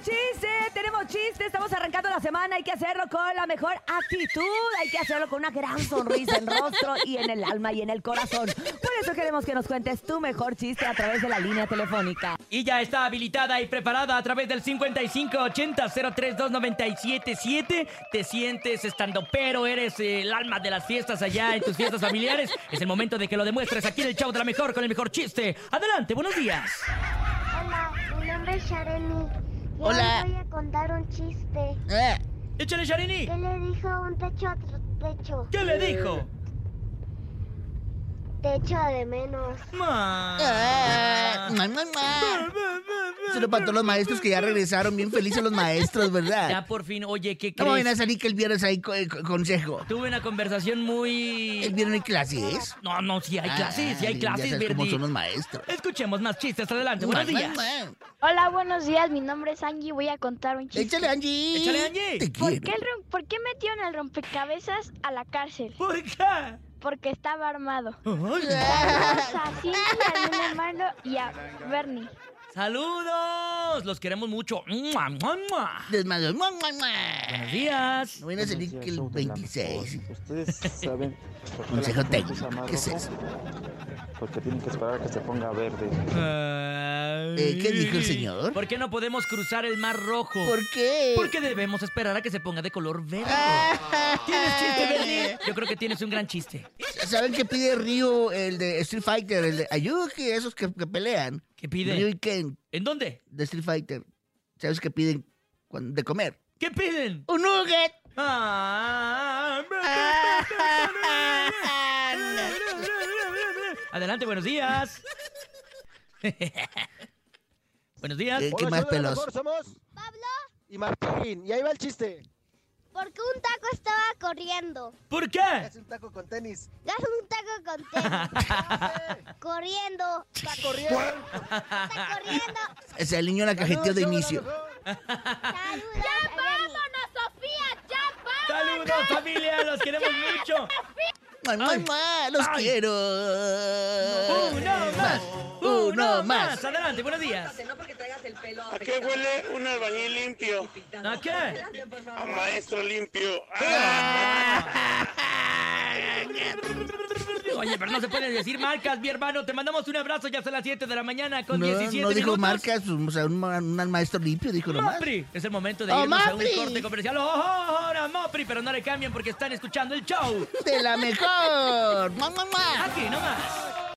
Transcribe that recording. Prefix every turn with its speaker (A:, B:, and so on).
A: chiste, tenemos chiste. Estamos arrancando la semana. Hay que hacerlo con la mejor actitud. Hay que hacerlo con una gran sonrisa en rostro y en el alma y en el corazón. Por eso queremos que nos cuentes tu mejor chiste a través de la línea telefónica.
B: Y ya está habilitada y preparada a través del 5580-032977. Te sientes estando, pero eres eh, el alma de las fiestas allá en tus fiestas familiares. Es el momento de que lo demuestres aquí en el Chavo de la Mejor con el mejor chiste. Adelante, buenos días.
C: Hola, mi nombre es Shareni. Yo
D: Hola.
C: les voy a contar un chiste.
D: Eh,
B: Échale, Sharini.
C: ¿Qué le dijo un techo a otro techo?
B: ¿Qué le dijo?
C: Te echo de menos.
D: eh,
B: Ma.
D: mua, mua, mua. Se lo para todos los maestros que ya regresaron bien felices los maestros,
B: Ya
D: ¿verdad?
B: por fin, oye, ¿qué
D: No
B: crees?
D: vayan a salir que el viernes hay co- eh, co- consejo.
B: Tuve una conversación
D: El
B: muy...
D: viernes hay clases.
B: No, no, sí hay clases, sí hay
D: Ah,
B: clases,
D: ya sabes cómo
B: Verdi.
D: son los maestros.
B: Escuchemos más chistes. Adelante, buenos
D: Mua,
B: días.
D: mua, mua.
E: Hola, buenos días. Mi nombre es Angie. Voy a contar un chiste.
D: Échale, Angie.
B: Échale, Angie.
D: Te
E: ¿Por qué,
D: quiero.
E: el rom- ¿Por qué metieron al rompecabezas a la cárcel?
B: ¿Por qué?
E: Porque estaba armado.
D: Ah,
E: Saludos a Cindy, a mi hermano y a Bernie.
B: ¡Saludos! Los queremos mucho. ¡Mua, mua, mua!
D: Desmadre. Mua, mua, mua.
B: Buenos días.
D: No vayan a
F: Buenos
D: salir
F: días,
D: que el
F: show de la
D: 26.
F: mejor. Ustedes saben por qué la
D: Consejo
F: gente usa
D: técnico.
F: más
D: ¿Qué es
F: rojo?
D: eso?
F: Porque tienen que esperar a que se ponga verde.
B: Eh,
D: ¿qué dijo el señor?
B: ¿Por qué no podemos cruzar el Mar Rojo?
D: ¿Por qué?
B: Porque debemos esperar a que se ponga de color verde.
D: Ah,
B: ¿Tienes chiste, Bernie? Yo creo que tienes un gran chiste.
D: ¿Saben qué pide Río, el de Street Fighter, el de Ayuki, esos que, que pelean?
B: ¿Qué
D: Ryu
B: piden?
D: y Ken,
B: ¿En dónde?
D: de Street Fighter. ¿Sabes qué piden cuando- de comer?
B: ¿Qué piden?
D: ¡Un nugget!
B: Ah, Adelante, buenos días. buenos días.
D: ¿Qué, qué más pelos?
G: somos
C: Pablo,
G: y Martín. Y ahí va el chiste.
C: ¿por qué un taco estaba corriendo?
B: ¿Por qué?
G: un taco con tenis.
C: Gas un taco con tenis. corriendo.
G: Está corriendo.
C: Está corriendo.
D: O sea, el niño la cajeteó de inicio.
C: Saludos. ¡Ya vámonos, Sofía! ¡Ya
B: Saludos, familia. Los queremos mucho.
D: ¡Mua, mua,
B: Ay.
D: mua! los
B: Ay.
D: quiero!
B: Uno más.
D: Eh, ¡Uno más!
B: Adelante, buenos días.
A: No porque traigas el pelo
H: ¿A qué huele un albañil limpio?
B: ¿A qué?
H: A maestro limpio.
B: Ah. Oye, pero no se pueden decir marcas, mi hermano. Te mandamos un abrazo. Ya son las 7 de la mañana con
D: No,
B: 17
D: no dijo
B: minutos.
D: marcas, pues, o sea, un, ma- un maestro limpio dijo nomás.
B: Mopri. Es el momento de
D: ¡Oh,
B: irnos a un
D: Mopri!
B: corte comercial. ¡Oh, ahora Mopri! Pero no le cambien porque están escuchando el show.
D: ¡De la mejor! ¡Mua, mua, mua!
B: Aquí nomás.